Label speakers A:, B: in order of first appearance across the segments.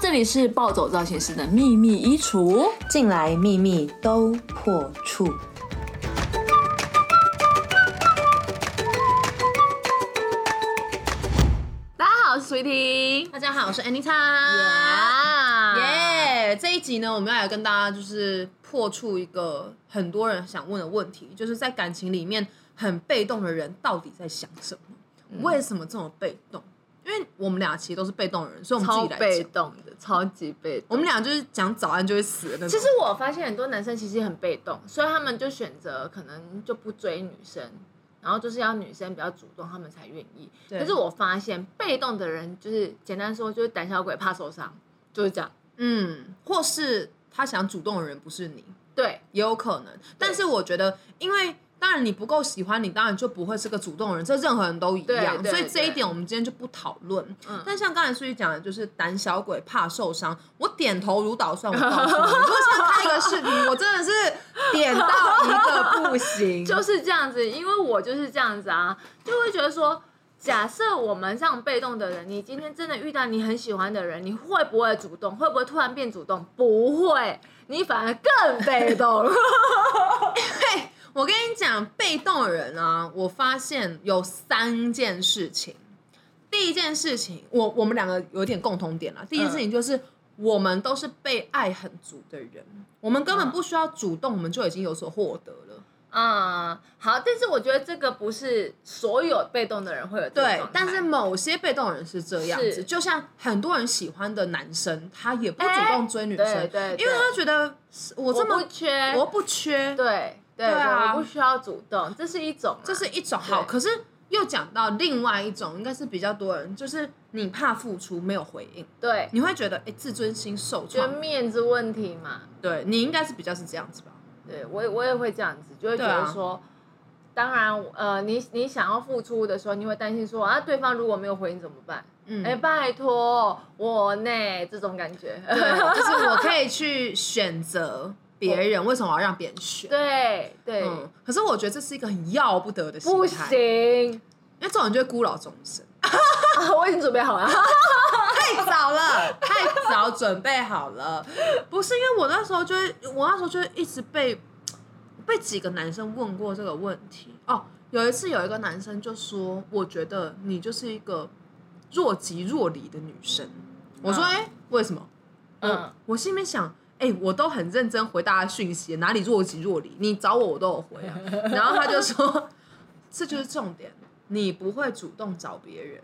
A: 这里是暴走造型师的秘密衣橱。
B: 进来秘密都破处。
C: 大家好，我是 Sweetie。
D: 大家好，我是 Anita。
C: 耶！
D: 耶这一集呢，我们要来跟大家就是破除一个很多人想问的问题，就是在感情里面很被动的人到底在想什么？为什么这么被动？因为我们俩其实都是被动的人，所以我们自
C: 超
D: 己来
C: 被
D: 讲。
C: 动的，超级被动。
D: 我们俩就是讲早安就会死的那种。
C: 其实我发现很多男生其实很被动，所以他们就选择可能就不追女生，然后就是要女生比较主动，他们才愿意。
D: 对
C: 可是我发现被动的人就是简单说就是胆小鬼，怕受伤，就是这样。
D: 嗯，或是他想主动的人不是你，
C: 对，
D: 也有可能。但是我觉得，因为当然你不够喜欢你，当然就不会是个主动的人，这任何人都一样。
C: 对对
D: 所以这一
C: 对
D: 点我们今天就不讨论。
C: 嗯
D: 但像刚才苏玉讲的，就是胆小鬼怕受伤，我点头如捣蒜，我告 诉你，就是开一个视频，我真的是点到一个不 行。
C: 就是这样子，因为我就是这样子啊，就会觉得说，假设我们这样被动的人，你今天真的遇到你很喜欢的人，你会不会主动？会不会突然变主动？不会，你反而更被 动。
D: 我跟你讲，被动的人啊，我发现有三件事情。第一件事情，我我们两个有点共同点啦。第一件事情就是，我们都是被爱很足的人，我们根本不需要主动，我们就已经有所获得了。
C: 嗯，好，但是我觉得这个不是所有被动的人会有这个
D: 对
C: 状态，
D: 但是某些被动人是这样子，
C: 是
D: 就像很多人喜欢的男生，他也不主动追女生，
C: 哎对对对
D: 因为他觉得我这
C: 我
D: 么
C: 不哎缺，
D: 我不缺，
C: 对对
D: 对啊
C: 我不需要主动，这是一种啊、
D: 这是一种好。
C: 对
D: 可是又讲到另外一种，应该是比较多人，就是你怕付出没有回应，
C: 对，
D: 你会觉得哎、诶自尊心受
C: 觉得
D: 创。
C: 面子问题嘛，
D: 对你应该是比较是这样子吧？
C: 对我也我也会这样子，就会觉
D: 对
C: 得
D: 啊
C: 说，当然，呃，你你想要付出的时候，你会担心说啊，对方如果没有回应怎么办？
D: 嗯，
C: 哎、拜托我呢，这种感觉。
D: 对，就是我可以去选择别人，为什么我要让别人选？
C: 对对，
D: 嗯，可是我觉得这是一个很要不得的心
C: 不
D: 态，
C: 行
D: 因为这种人就会孤老终生。
C: 啊，我已经准备好 了。
D: 太早了， 太早准备好了。不是因为我那时候就会，我那时候就会一直被被几个男生问过这个问题。哦，有一次有一个男生就说：“我觉得你就是一个若即若离的女生。”我说：“
C: 嗯
D: 哎、为什么？”
C: 嗯，
D: 我心里面想，哎、我都很认真回答讯息，哪里若即若离？你找我我都有 回啊。然后他就说，这就是重点，你不会主动找别人，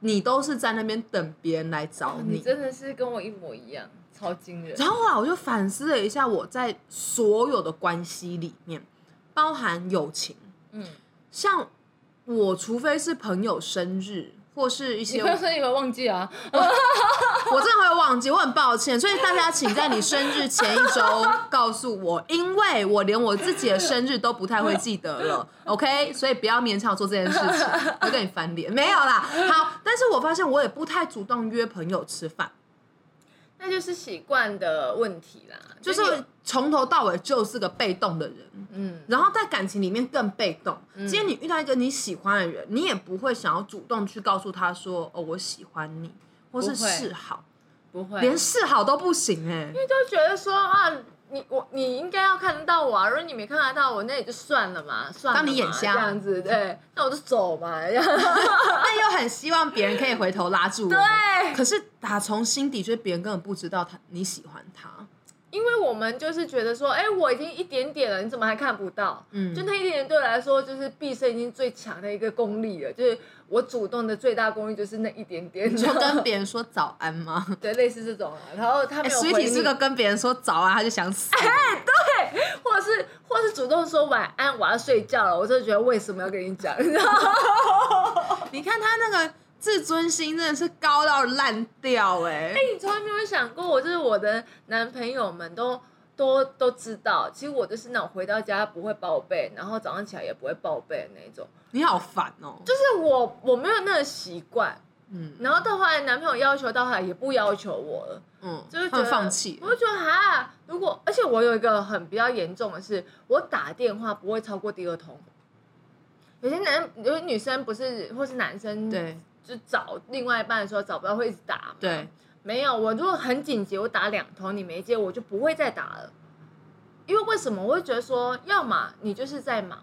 D: 你都是在那边等别人来找
C: 哦你
D: 你。
C: 真的是跟我一模一样，超惊人。
D: 然后啊，我就反思了一下，我在所有的关系里面，包含友情，
C: 嗯，
D: 像我，除非是朋友生日。或是一
C: 你
D: 些
C: 会说你会忘记啊？
D: 我真的会忘记，我很抱歉。所以大家请在你生日前一周告诉我，因为我连我自己的生日都不太会记得 了。OK，所以不要勉强我做这件事情，我会跟你翻脸。没有啦，好，但是我发现我也不太主动约朋友吃饭，
C: 嗯那就是习惯的问题啦，
D: 就
C: 你
D: 是从头到尾就是个被动的人。
C: 嗯，
D: 然后在感情里面更被动。今天你遇到一个你喜欢的人，你也不会想要主动去告诉他说：“哦，我喜欢你”或是
C: 不会
D: 示好，
C: 不会
D: 连示好都不行哎、
C: 就觉得说啊，你我你应该要看得到我啊，如果你没看得到我，那也就算了嘛，算了嘛
D: 当你眼瞎
C: 这样子， 对，那我就走嘛，这样
D: 但又很希望别人可以回头拉住我。
C: 对，
D: 可是打从心底，就是别人根本不知道他你喜欢 他。
C: 因为我们就是觉得说，哎、我已经一点点了，你怎么还看不到？
D: 嗯
C: 就那一点点对我来说，就是毕生已经最强的一个功力了，就是我主动的最大功力就是那一点点，
D: 你说跟别人说早安吗？
C: 对类似这种啊，然后他没
D: 哎，
C: 有
D: 苏
C: 回哎
D: 一
C: 你，
D: 体是个跟别人说早安，他就 想死。
C: 或者是或者是主动说晚安，我要睡觉了，我就觉得为什么要跟你讲？ 你知道吗
D: 你看他那个自尊心真的是高到烂掉哎、
C: 你从来没有想过，我就是我的男朋友们都都都知道，其实我就是那种回到家不会报备，然后早上起来也不会报备的那种，
D: 你好烦哦、
C: 就是我我没有那个习惯。
D: 嗯
C: 然后到后来，男朋友要求到后来也不要求我了，
D: 嗯，
C: 就是觉
D: 他
C: 得
D: 们放弃
C: 我。就觉得哈，如果而且我有一个很比较严重的是，我打电话不会超过第二通。有些男有些女生不是或是男生
D: 对
C: 就找另外一半的时候找不到会一直打嘛，
D: 对，
C: 没有，我如果很紧急，我打两通你没接，我就不会再打了。因为为什么我会觉得说，要么你就是在忙，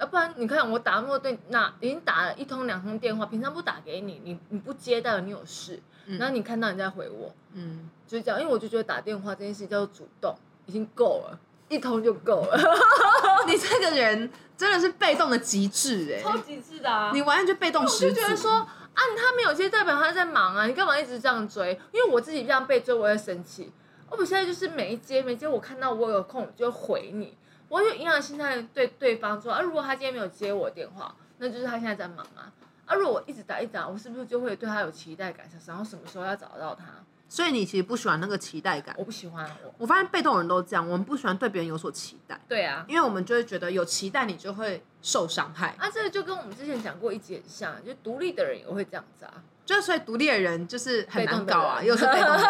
C: 要不然你看我打那么对，那已经打了一通两通电话，平常不打给你，你你不接，代表你有事，
D: 嗯
C: 然后你看到你在回我，
D: 嗯，
C: 就是这样。因为我就觉得打电话这件事叫做主动，已经够了，一通就够了，
D: 嗯你这个人真的是被动的极致哎、
C: 级致的 啊
D: 你完全就被动
C: 我就
D: 十足。
C: 觉得说，啊，他没有接，代表他在忙啊，你干嘛一直这样追？因为我自己这样被追，我会生气。哦我现在就是没接没接，我看到我有空我就回你，我有一样的心态对对方说，啊，如果他今天没有接我电话，那就是他现在在忙啊。啊，如果我一直打一直打，我是不是就会对他有期待感，想然后什么时候要找到他？
D: 所以你其实不喜欢那个期待感
C: 我。不喜欢啊我。
D: 我发现被动人都这样，我们不喜欢对别人有所期待，
C: 对啊，
D: 因为我们就会觉得有期待你就会受伤害。
C: 啊，这个就跟我们之前讲过一集很像，就独立的人也会这样子啊。
D: 就是所以独立的人就是很难搞啊，
C: 被
D: 又
C: 动
D: 是被动的人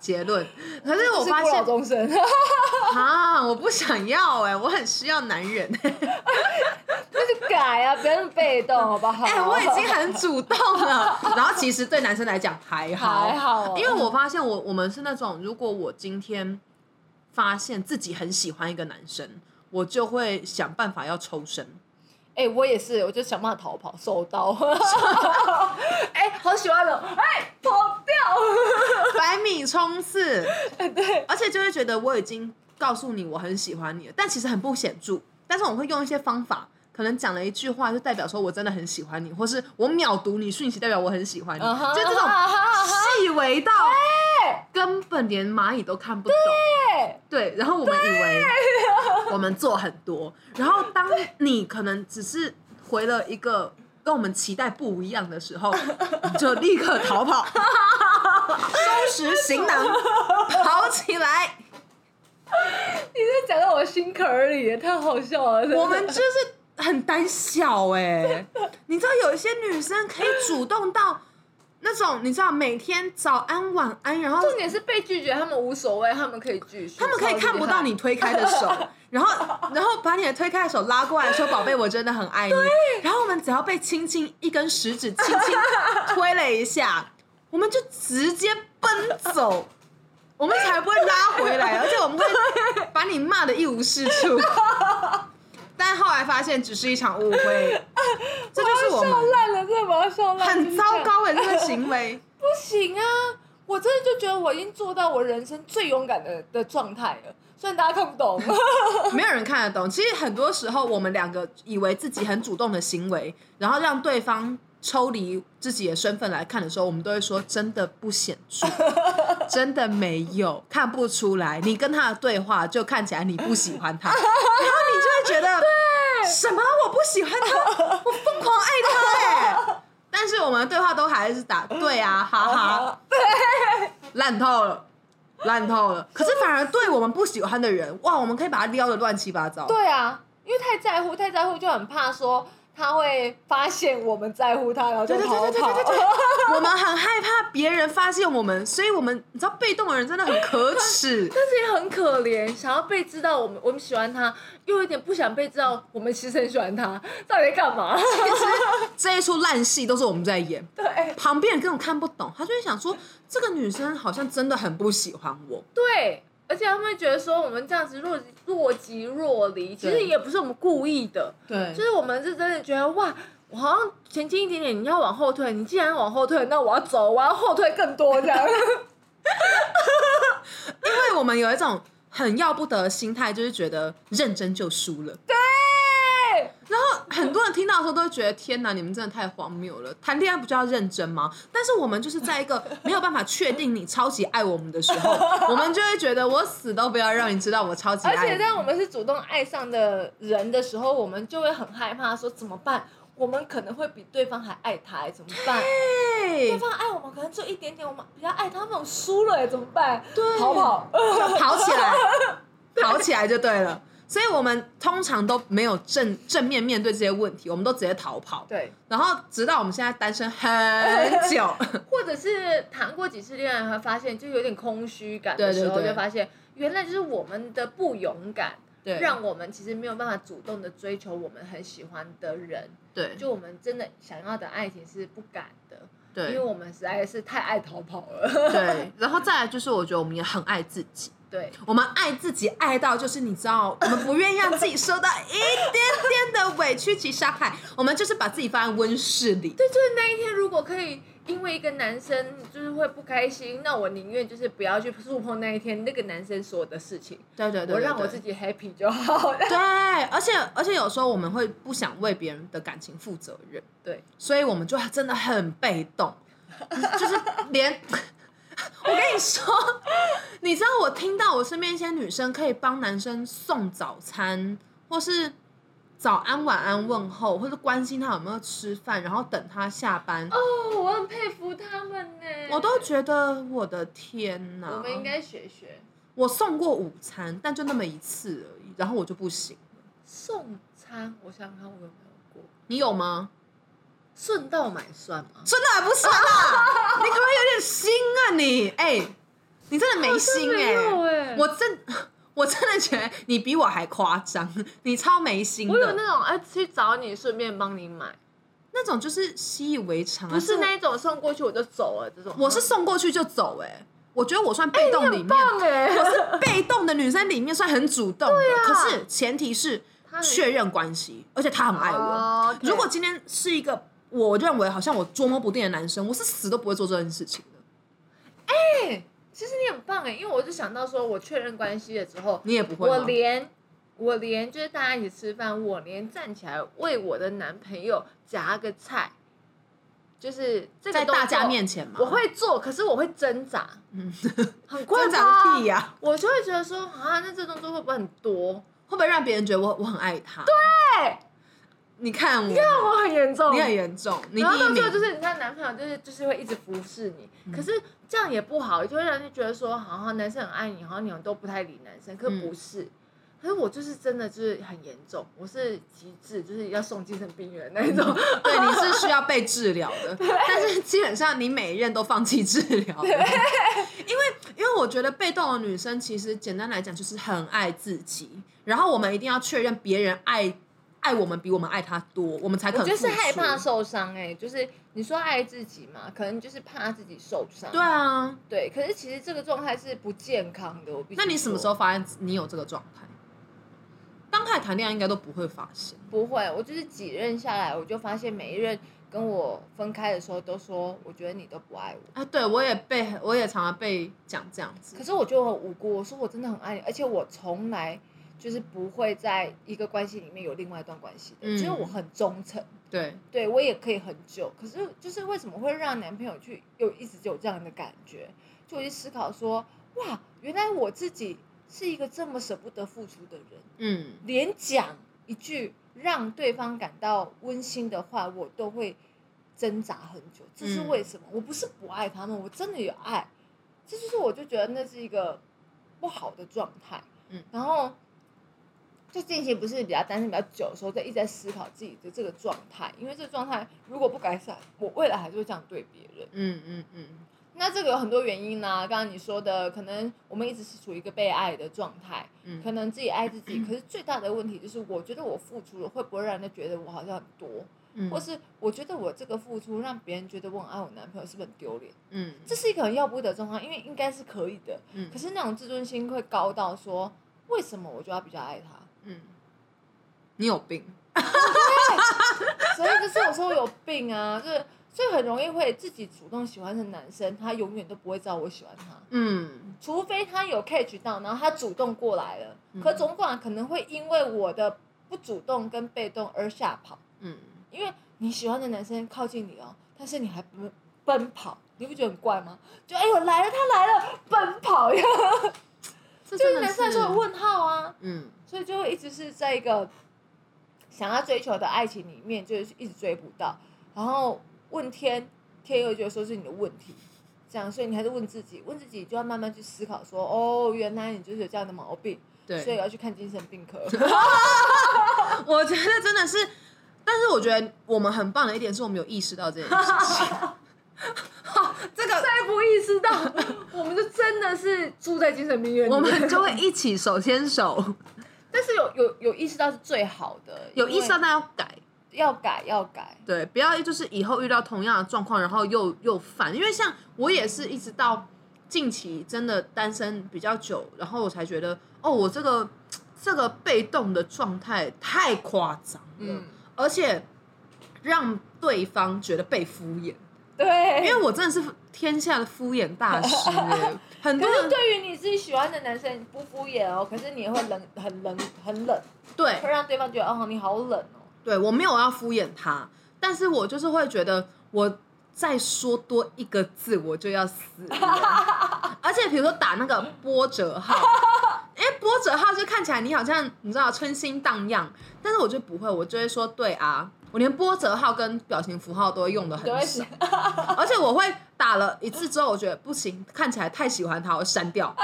D: 结论。可 是我发
C: 孤
D: 现
C: 老终身，
D: 啊，我不想要哎、我很需要男 人
C: 哦
D: 哎、
C: 那就改啊，不要那么被动，好不好？
D: 哎、我已经很主动 了。然后其实对男生来讲还好，啊
C: 还好哦
D: 因为我发现我我们是那种，如果我今天发现自己很喜欢一个男生，我就会想办法要抽身。
C: 哎、我也是，我就想办法逃跑，手刀。 哎、好喜欢哦！哎、跑掉。
D: 百米冲刺，对，而且就会觉得我已经告诉你我很喜欢你了，但其实很不显著。但是我会用一些方法，可能讲了一句话，就代表说我真的很喜欢你，或是我秒读你讯息，代表我很喜欢你
C: 嗯哼
D: 就这种细微到根本连蚂蚁都看不懂。对，然后我们以为我们做很多，然后当你可能只是回了一个跟我们期待不一样的时候，你就立刻 逃跑，收拾行囊，跑起来。
C: 你这讲到我心坎儿里，太好笑了。真的
D: 我们就是很胆小哎、你知道有一些女生可以主动到那种，你知道每天早安晚安，然后
C: 重点是被拒绝，他们无所谓，他们可以继续，
D: 他们可以看不到你推开的 手，然后然后把你的推开的手拉过来说：“宝贝，我真的很爱你。”然后我们只要被轻轻一根食指轻 轻推了一下，我们就直接奔走，我们才不会拉回来，而且我们会把你骂的一无是 处。但后来发现只是一场误会，这就是我
C: 超级好。
D: 们
C: 笑烂了，真的我要笑烂，就
D: 很
C: 是这样
D: 糟糕的这个行为。
C: 不行啊！我真的就觉得我已经做到我人生最勇敢的的状态了，虽然大家看不懂。
D: 没有人看得懂。其实很多时候，我们两个以为自己很主动的行为，然后让对方抽离自己的身份来看的时候，我们都会说真的不显著， 真的没有看不出来。你跟他的对话就看起来你不喜欢 他，然后你就会觉得什么我不喜欢他，我疯狂爱他 哎、但是我们的对话都还是打对啊， 哈 哈，烂透了。烂透了，可是反而对我们不喜欢的人，哇，我们可以把他撩的乱七八糟。
C: 对啊，因为太在乎，太在乎就很怕说他会发现我们在乎他，然后就
D: 对对
C: 逃跑。
D: 对对对对对， 我们很害怕别人发现我们，所以我们你知道被动的人真的很可耻。
C: 但是也很可怜，想要被知道我们我们喜欢他，又有点不想被知道我们其实很喜欢他， 到底在干嘛？
D: 这一出烂戏都是我们在演，
C: 对
D: 旁边人根本看不懂，他就会想说这个女生好像真的很不喜欢我。
C: 对，而且他们会觉得说我们这样子若若即若离，其实
D: 对
C: 也不是我们故意的，
D: 对
C: 就是我们是真的觉得哇。我好像前进一点点，你要往后退。你既然往后退，那我要走，我要后退更多这 样。
D: 因为我们有一种很要不得的心态，就是觉得认真就输了。对。然后很多人听到的时候都会觉得天哪，你们真的太荒谬了！谈恋爱不就要认真吗？但是我们就是在一个没有办法确定你超级爱我们的时候，我们就会觉得我死都不要让你知道我超级
C: 而
D: 爱
C: 且
D: 你。
C: 当我们是主动爱上的人的时候，我们就会很害怕，说怎么办？我们可能会比对方还爱他、哎怎么办？对
D: 对
C: 方爱我们可能就一点点，我们比较爱他，那种输了、哎怎么办？
D: 对
C: 逃跑。
D: 跑起来，跑起来就对了。所以我们通常都没有正正面面对这些问题，我们都直接逃跑。
C: 对，
D: 然后直到我们现在单身很久，
C: 或者是谈过几次恋爱，会发现就有点空虚感的
D: 对对
C: 时候，
D: 对
C: 就发现原来就是我们的不勇敢，
D: 对，
C: 让我们其实没有办法主动的追求我们很喜欢的人。
D: 对
C: 就我们真的想要的爱情是不敢的。因为
D: 对
C: 我们实在是太爱逃跑 了。
D: 对，然后再来就是我觉得我们也很爱自己，
C: 对，
D: 我们爱自己爱到就是你知道，我们不愿意让自己受到一点点的委屈及伤害，我们就是把自己放在温室里。
C: 对，就是那一天，如果可以因为一个男生就是会不开心，那我宁愿就是不要去触碰那一天那个男生所有的事情，
D: 对对对
C: 我让我自
D: 己。
C: 己 happy 就好了。
D: 对，而且而且有时候我们会不想为别人的感情负责任，
C: 对，
D: 所以我们就真的很被动，就是连。我跟你说，你知道我听到我身边一些女生可以帮男生送早餐，或是早安晚安问候，或是关心他有没有吃饭，然后等他下班，
C: 哦，我很佩服他们呢。
D: 我都觉得我的天哪！
C: 我们应该学学
D: 我送过午餐，但就那么一次而已，然后我就不行。
C: 送餐，我想想看我有没有过。
D: 你有吗？
C: 顺道买算吗？
D: 真的还不算啊！ 你可不可以有点心啊你？哎、你真的没心哎、
C: 哎
D: 我真 我真的觉得你比我还夸张， 你超没心的。
C: 我有那种哎去找你，顺便帮你买，
D: 那种就是习以为常、啊，
C: 不是
D: 这
C: 那一种送过去我就走了这种。
D: 我是送过去就走哎、我觉得我算被动里面，
C: 棒哎，
D: 我是被动的女生里面算很主动的，
C: 啊
D: 可是前提是
C: 他很
D: 确认关系，而且他很爱我。
C: 哦，OK
D: 如果今天是一个我认为好像我捉摸不定的男生，我是死都不会做这件事情的。
C: 其实你很棒哎，因为我就想到说，我确认关系了之后，
D: 你也不会吗
C: 我连我连就是大家一起吃饭，我连站起来为我的男朋友夹个菜，就是这个
D: 在
C: 动作
D: 大家面前嘛，
C: 我会做，可是我会挣扎，
D: 嗯
C: 很困
D: 观察
C: 难
D: 屁呀、
C: 我就会觉得说啊，那这动作会不会很多？
D: 会不会让别人觉得我我很爱他？对，
C: 哎，
D: 你看我，
C: 我很严重，
D: 你很严重，你
C: 然
D: 第
C: 后到
D: 一
C: 最
D: 名
C: 后就是你看男朋友就是就是会一直服侍你，可是这样也不好，就会让人觉得说，好像男生很爱你，好像你们都不太理男生，可
D: 嗯
C: 不是。可是我就是真的就是很严重，我是极致，就是要送精神病院那一种。
D: 对，你是需要被治疗 的，但是基本上你每一任都放弃治疗，因为 因为我觉得被动的女生其实简单来讲就是很爱自己，然后我们一定要确认别人爱爱我们比我们爱他多，我们才肯
C: 我
D: 付出。
C: 就是害怕受伤哎、就是你说爱自己嘛，可能就是怕自己受伤。
D: 对啊，
C: 对，可是其实这个状态是不健康的。我必须
D: 那你什么时
C: 说
D: 候发现你有这个状态？刚开始谈恋爱应该都不会发现，
C: 不会，我就是几任下来，我就发现每一任跟我分开的时候都说，我觉得你都不爱我。
D: 啊，对我也被我也常常被讲这样子
C: 可，是我就很无辜，我说我真的很爱你，而且我从来就是不会在一个关系里面有另外一段关系的，
D: 嗯
C: 就是我很忠诚，
D: 对，
C: 对我也可以很久。可是就是为什么会让男朋友去有一直有这样的感觉？就我去思考说，哇，原来我自己是一个这么舍不得付出的人，
D: 嗯，
C: 连讲一句让对方感到温馨的话，我都会挣扎很久。这是为什么？我不是不爱他们，我真的有爱，这就是我就觉得那是一个不好的状态。
D: 嗯，
C: 然后就近期不是比较单身比较久的时候，在一直在思考自己的这个状态，因为这个状态如果不改善，我未来还是会这样对别人。
D: 嗯嗯嗯，
C: 那这个有很多原因呢、刚刚你说的，可能我们一直是处于一个被爱的状态，
D: 嗯
C: 可能自己爱自 己，可是最大的问题就是，我觉得我付出了，会不会让人家觉得我好像很多，
D: 嗯
C: 或是我觉得我这个付出让别人觉得我很爱我男朋友，是不是很丢脸？
D: 嗯
C: 这是一个很要不得的状况，因为应该是可以的，
D: 嗯
C: 可是那种自尊心会高到说，为什么我就要比较爱他？
D: 嗯，你有病。
C: 所以就是有时候有病啊，就是所以很容易会自己主动喜欢的男生，他永远都不会知道我喜欢他。
D: 嗯
C: 除非他有 catch 到，然后他主动过来了，
D: 嗯
C: 可总管可能会因为我的不主动跟被动而吓跑，
D: 嗯，
C: 因为你喜欢的男生靠近你哦，但是你还不奔跑，你不觉得很怪吗？就哎呦来了，他来了，奔跑呀，
D: 这
C: 就是
D: 真的
C: 男生来说有问号啊，
D: 嗯
C: 所以就会一直是在一个想要追求的爱情里面，就是一直追不到，然后问天，天又觉得说是你的问题，这样，所以你还是问自己，问自己就要慢慢去思考说，哦，原来你就是有这样的毛病，
D: 对，
C: 所以要去看精神病科。
D: 我觉得真的是，但是我觉得我们很棒的一点是我们有意识到这 件事情。 这个
C: 再不意识到， 我们就真的是住在精神病院里面
D: 我们就会一起手牵手，
C: 但是有有有意识到是最好的，
D: 有意识到
C: 因为
D: 那要改。
C: 要改要改，
D: 对，不要就是以后遇到同样的状况，然后又又犯，因为像我也是一直到近期真的单身比较久，然后我才觉得，哦，我这个这个被动的状态太夸张了，
C: 嗯，
D: 而且让对方觉得被敷衍，
C: 对，
D: 因为我真的是天下的敷衍大师耶，很多
C: 可是
D: 人
C: 对于你自己喜欢的男生，你不敷衍哦，可是你会冷，很冷，很冷，
D: 对
C: 会让对方觉得哦，你好冷哦。
D: 对我没有要敷衍他，但是我就是会觉得我再说多一个字我就要死了而且比如说打那个波折号，因为波折号就看起来你好像你知道春心荡漾，但是我就不会，我就会说对啊，我连波折号跟表情符号都会用的
C: 对
D: 很少，而且我会打了一次之后，我觉得不行，看起来太喜欢他，我删掉，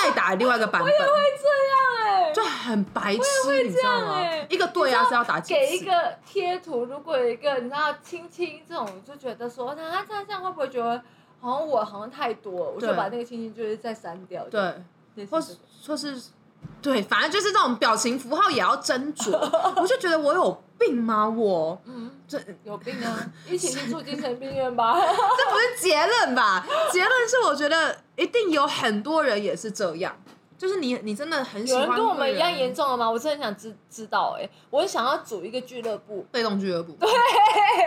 D: 再打另外一个版本，
C: 哎这样哎、
D: 就很白痴，你知道吗
C: 欸？
D: 一个对啊是要打几次？
C: 给一个贴图，如果有一个你知道亲亲这种，我就觉得说，那他这样这样会不会觉得好像我好像太多了，我就
D: 对
C: 把那个亲亲就是再删掉。，
D: 对。
C: 类似
D: 或
C: 这
D: 是
C: 种
D: 或是对，反正就是这种表情符号也要斟酌。我就觉得我有病吗？我
C: 嗯，
D: 这这
C: 有病啊！一起去住精神病院吧。
D: 不是结论吧？结论是我觉得一定有很多人也是这样，就是你你真的很喜
C: 有
D: 欢
C: 人跟我们一样
D: 那个人
C: 严重了吗？我真的很想知知道哎、我很想要组一个俱乐部，
D: 被动俱乐部。对，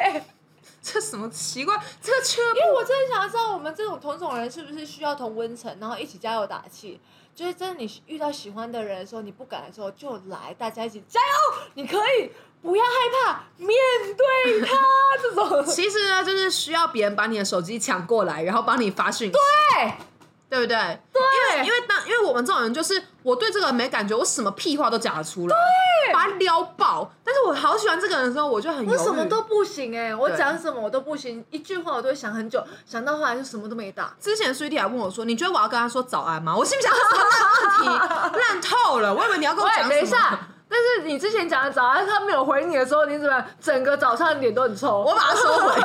D: 这什么奇怪？这个俱乐部
C: 因为我真的想要知道我们这种同种人是不是需要同温层，然后一起加油打气。就是真的，你遇到喜欢的人的时候，你不敢的时候就来，大家一起加油，你可以，不要害怕，面对他这种。
D: 其实呢，就是需要别人把你的手机抢过来，然后帮你发讯息。
C: 对啊
D: 对不对？因为因为当因为我们这种人就是我对这个人没感觉，我什么屁话都讲得出来，把他撩爆。但是我好喜欢这个人的时候，我就很犹豫
C: 我什么都不行哎、我
D: 对
C: 讲什么我都不行，一句话我都会想很久，想到后来就什么都没打。
D: 之前 s w e t i e 还问我说：“你觉得我要跟他说早安吗？”我心里想什么烂问题，烂透了。我以为你要跟我
C: 喂
D: 讲什
C: 等
D: 么。
C: 一下，但是你之前讲的早安，他没有回你的时候，你怎么样整个早上脸都很臭？ 啊
D: 我把它收回，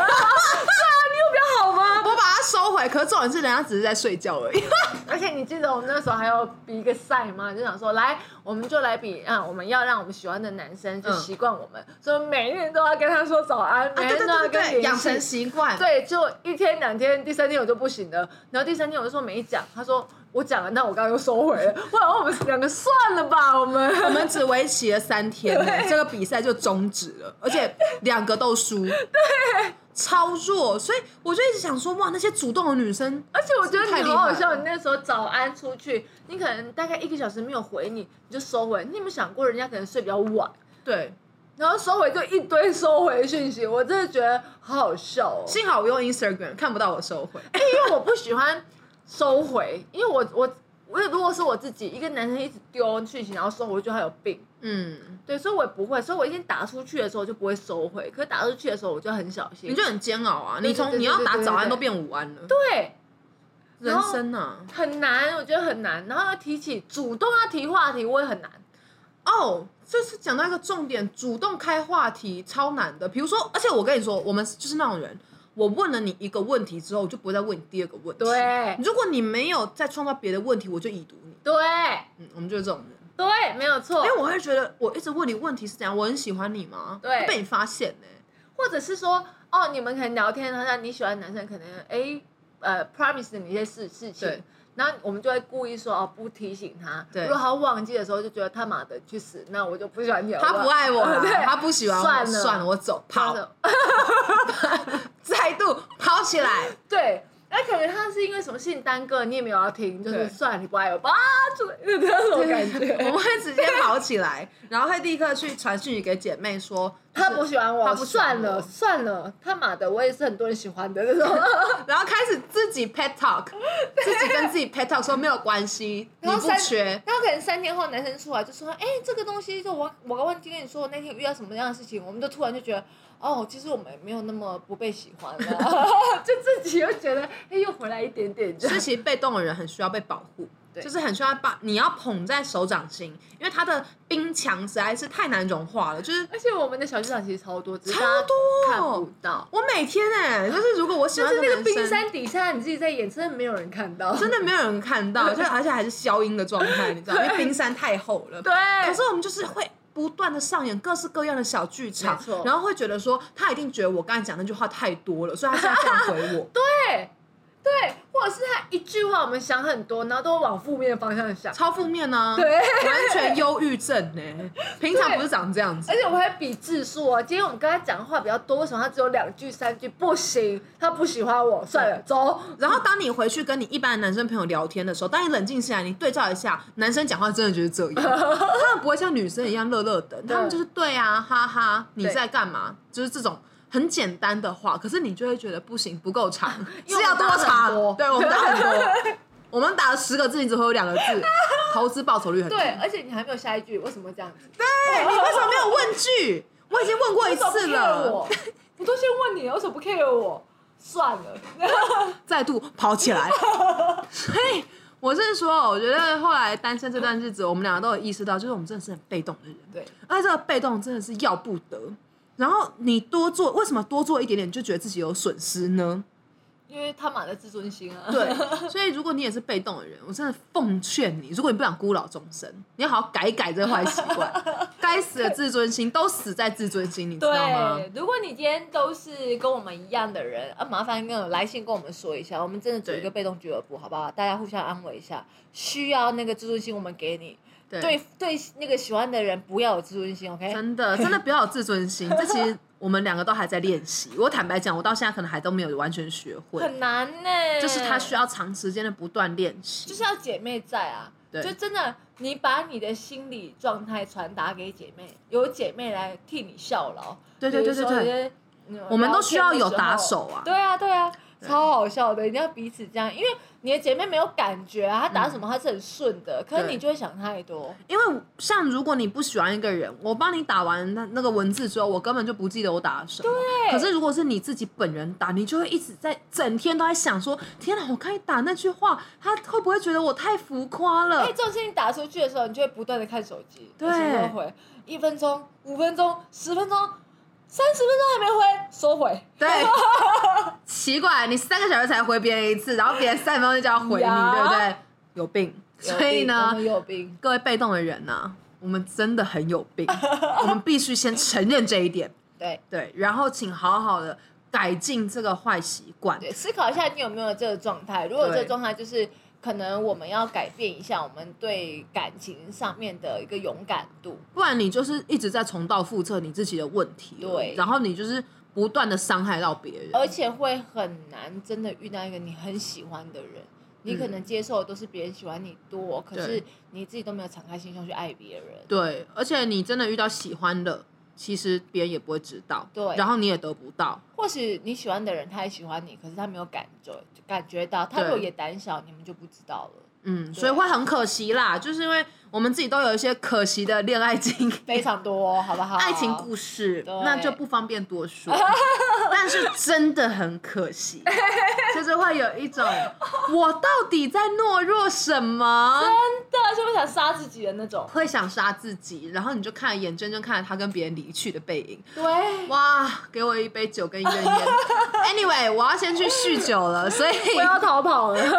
C: 比较好吗？
D: 我把它收回。可是这种人是人家只是在睡觉而已。
C: 而且你记得我们那时候还要比一个赛吗？就想说来，我们就来比啊，我们要让我们喜欢的男生就
D: 嗯
C: 习惯我们，所以每天都要跟他说早安，每
D: 啊对
C: 天
D: 对
C: 都要
D: 对
C: 跟
D: 对，
C: 联
D: 养
C: 系
D: 成习惯。
C: 对，就一天两天，第三天我就不行了。然后第三天我就说没讲，他说我讲了，但我刚刚又收回了。后来我们两个算了吧，我们
D: 我们只为期了三天呢，这个比赛就终止了，而且两个都输，对，超弱。所以我就一直想说，哇，那些主动的女生，
C: 而且我觉得
D: 太
C: 你
D: 厉
C: 好好
D: 害
C: 笑，
D: 了
C: 你那时候早安出去，你可能大概一个小时没有回你，你就收回。你有没有想过，人家可能睡比较晚，
D: 对，
C: 然后收回就一堆收回讯息，我真的觉得好好笑哦。
D: 幸好我用 Instagram 看不到我收回，
C: 因为我不喜欢收回，因为我我我如果是我自己一个男生一直丢讯息然后收回，我就觉得他有病。
D: 嗯，
C: 对，所以我也不会，所以我一天打出去的时候我就不会收回，可是打出去的时候我就很小心。
D: 你就很煎熬啊，
C: 对
D: 你
C: 对对
D: 从你要
C: 对
D: 打
C: 对
D: 早安
C: 对
D: 都变午安了，
C: 对，然
D: 人
C: 后
D: 生啊，
C: 很难，我觉得很难。然后要提起主动要提话题，我也很难。
D: 哦。就是讲到一个重点，主动开话题超难的。比如说，而且我跟你说，我们就是那种人，我问了你一个问题之后，我就不会再问你第二个问题。，
C: 对
D: 如果你没有再创造别的问题，我就已读你。
C: 对
D: 嗯，我们就是这种人。
C: 对，没有错
D: 因。为我会觉得我一直问你问题是怎样，我很喜欢你吗？
C: 对
D: 会被你发现呢、
C: 或者是说，哦，你们可能聊天，然后让你喜欢的男生可能哎呃 promise 你一些事事情
D: 对。
C: 然后我们就会故意说哦，不提醒他。
D: 对
C: 如果他忘记的时候，就觉得他妈的去死，那我就不喜欢你了。
D: 他不爱我啦
C: 对，
D: 他不喜欢我，
C: 算了
D: 算了，我走，跑
C: 真，的
D: 再度跑起来。
C: 对，那可能他是因为什么事情耽搁，你也没有要听，就是
D: 对
C: 算了，你不爱我吧，就那种感
D: 我
C: 觉。
D: 们会直接跑起来，然后会立刻去传讯息给姐妹说，
C: 他不喜欢我，
D: 他不喜
C: 算
D: 欢
C: 了
D: 我
C: 算了，他妈的，我也是很多人喜欢的那种。
D: 然后开始自己 pet talk，自己跟自己 pet talk 说没有关系，你
C: 然后
D: 不
C: 三
D: 缺。
C: 然后可能三天后男生出来就说，哎、这个东西就我我忘记跟你说，我那天遇到什么样的事情，我们就突然就觉得，哦，其实我们也没有那么不被喜欢了， 就自己又觉得，哎、又回来一点点这
D: 所以
C: 样。
D: 其实被动的人很需要被保护，
C: 对
D: 就是很需要把你要捧在手掌心，因为他的冰墙实在是太难融化了，就是
C: 而且我们的小剧场其实超多，只是
D: 超
C: 大家
D: 多
C: 看不到。
D: 我每天哎、就是如果我喜
C: 就
D: 欢
C: 是那个
D: 个男生
C: 冰山底下，你自己在演，真的没有人看到。
D: 真的没有人看到，就而且还是消音的状态，你知道吗，因为冰山太厚了。
C: 对，
D: 可是我们就是会不断的上演各式各样的小剧场
C: 没错，
D: 然后会觉得说他一定觉得我刚才讲那句话太多了，所以他现在这样回 我，
C: 对对，或者是他一句话我们想很多，然后都往负面的方向想，
D: 超负面呢、啊，
C: 对
D: 完全忧郁症呢、欸平常不是长这样子
C: 而，且我还比字数啊。今天我们跟他讲话比较多，为什么他只有两句三句？不行，他不喜欢我，算了，走。
D: 然后当你回去跟你一般的男生朋友聊天的时候，当你冷静下来，你对照一下，男生讲话真的就是这样， 他们不会像女生一样乐乐的，他们就是对啊，哈哈，你
C: 对
D: 在干嘛？就是这种。很简单的话，可是你就会觉得不行，不够长，
C: 因
D: 是
C: 为
D: 要
C: 我们
D: 多
C: 打
D: 长
C: 很多？
D: 对，我们打很多，我们打了十个字，你只会有两个字，投资报酬率很低。
C: 对，而且你还没有下一句，为什么这样子？
D: 对，你为什么没有问句？我已经问过一
C: 为什么不
D: 次
C: care
D: 了
C: 我，，我都先问你了，为什么不 care 我？算了，
D: 再度跑起 来。所以我是说，我觉得后来单身这段日子，我们两个都有意识到，就是我们真的是很被动的人，
C: 对，
D: 而且这个被动真的是要不得。然后你多做，为什么多做一点点就觉得自己有损失呢？
C: 因为他妈的自尊心啊。
D: 对， 所以如果你也是被动的人，我真的奉劝你，如果你不想孤老终生，你要好好改一改这坏习 惯。该死的自尊心都死在自尊心，你知道吗？
C: 对，如果你今天都是跟我们一样的人，啊，麻烦跟我来信跟我们说一下，我们真的组一
D: 对
C: 个被动俱乐部，好不好？大家互相安慰一下，需要那个自尊心，我们给你。
D: 对
C: 对对，那个喜欢的人不要有自尊心，OK？
D: 真的，真的不要有自 尊心。这其实我们两个都还在练习。我坦白讲，我到现在可能还都没有完全学会，
C: 很难呢、
D: 就是他需
C: 要，
D: 要长时间的不断练
C: 就
D: 习。
C: 是要姐妹在啊。
D: 对
C: 就真的，你把你的心理状态传达给姐妹，由姐妹来替你效劳。
D: 对对对对对，
C: 对，
D: 我们都需要有打
C: 打
D: 手啊。
C: 对啊，对啊，超好笑的，一定要彼此这样，因为你的姐妹没有感觉啊，她打什么她是很顺的，可是
D: 嗯对
C: 你就会想太多。
D: 因为像如果你不喜欢一个人，我帮你打完那那个文字之后，我根本就不记得我打了什么。对。可是如果是你自己本人打，你就会一直在整天都在想说：天哪，我刚才打那句话，他会不会觉得我太浮夸了
C: 因为？这种事情打出去的时候，你就会不断的看手机，
D: 对
C: 而且会回一分钟、五分钟、十分钟、三十分钟还没回，收回。
D: 对，奇怪，你三个小时才回别人一次，然后别人三分钟就要回你，
C: 呀
D: 对不对？有病。
C: 有
D: 所以
C: 病我
D: 呢
C: 们，有病，
D: 各位被动的人呢、我们真的很有 病，我们必须先承认这一点，
C: 对
D: 对，然后请好好的改进这个坏习惯。
C: 对，思考一下你有没有这个状态。如果有这
D: 对
C: 个状态就是。可能我们要改变一下我们对感情上面的一个勇敢度，
D: 不然你就是一直在重蹈覆辙你自己的问题，
C: 对
D: 然后你就是不断的伤害到别人，
C: 而且会很难真的遇到一个你很喜欢的人。你
D: 嗯
C: 可能接受的都是别人喜欢你多，可是你自己都没有敞开心胸去爱别人。
D: 对，而且你真的遇到喜欢的，其实别人也不会知道，
C: 对
D: 然后你也得不到，
C: 或许你喜欢的人他也喜欢你，可是他没有感觉感觉到，他如果
D: 对
C: 也胆小，你们就不知道了。
D: 嗯，所以会很可惜啦，就是因为我们自己都有一些可惜的恋 爱经
C: 非常多、哦，好不好？
D: 爱情故事，
C: 哦对
D: 那就不方便多说， 但是真的很可惜，就是会有一种我到底在懦弱什么，
C: 真的啊就会想杀自己的那种。
D: 会想杀自己，然后你就看眼睁睁看着他跟别人离去的背影，
C: 对，
D: 哇，给我一杯酒跟一根烟。anyway，我要先去酗酒了，所以
C: 我要逃跑了。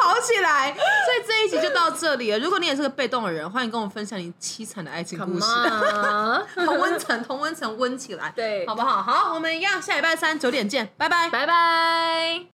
D: 跑起来。所以这一集就到这里了。如果你也是个被动的人，欢迎跟我分享你凄惨的爱情故
C: Come
D: 事。
C: on，
D: 同温层，同温层温起来，
C: 对
D: 好不好？好，我们一样，下礼拜三九点见，拜拜。
C: 拜拜。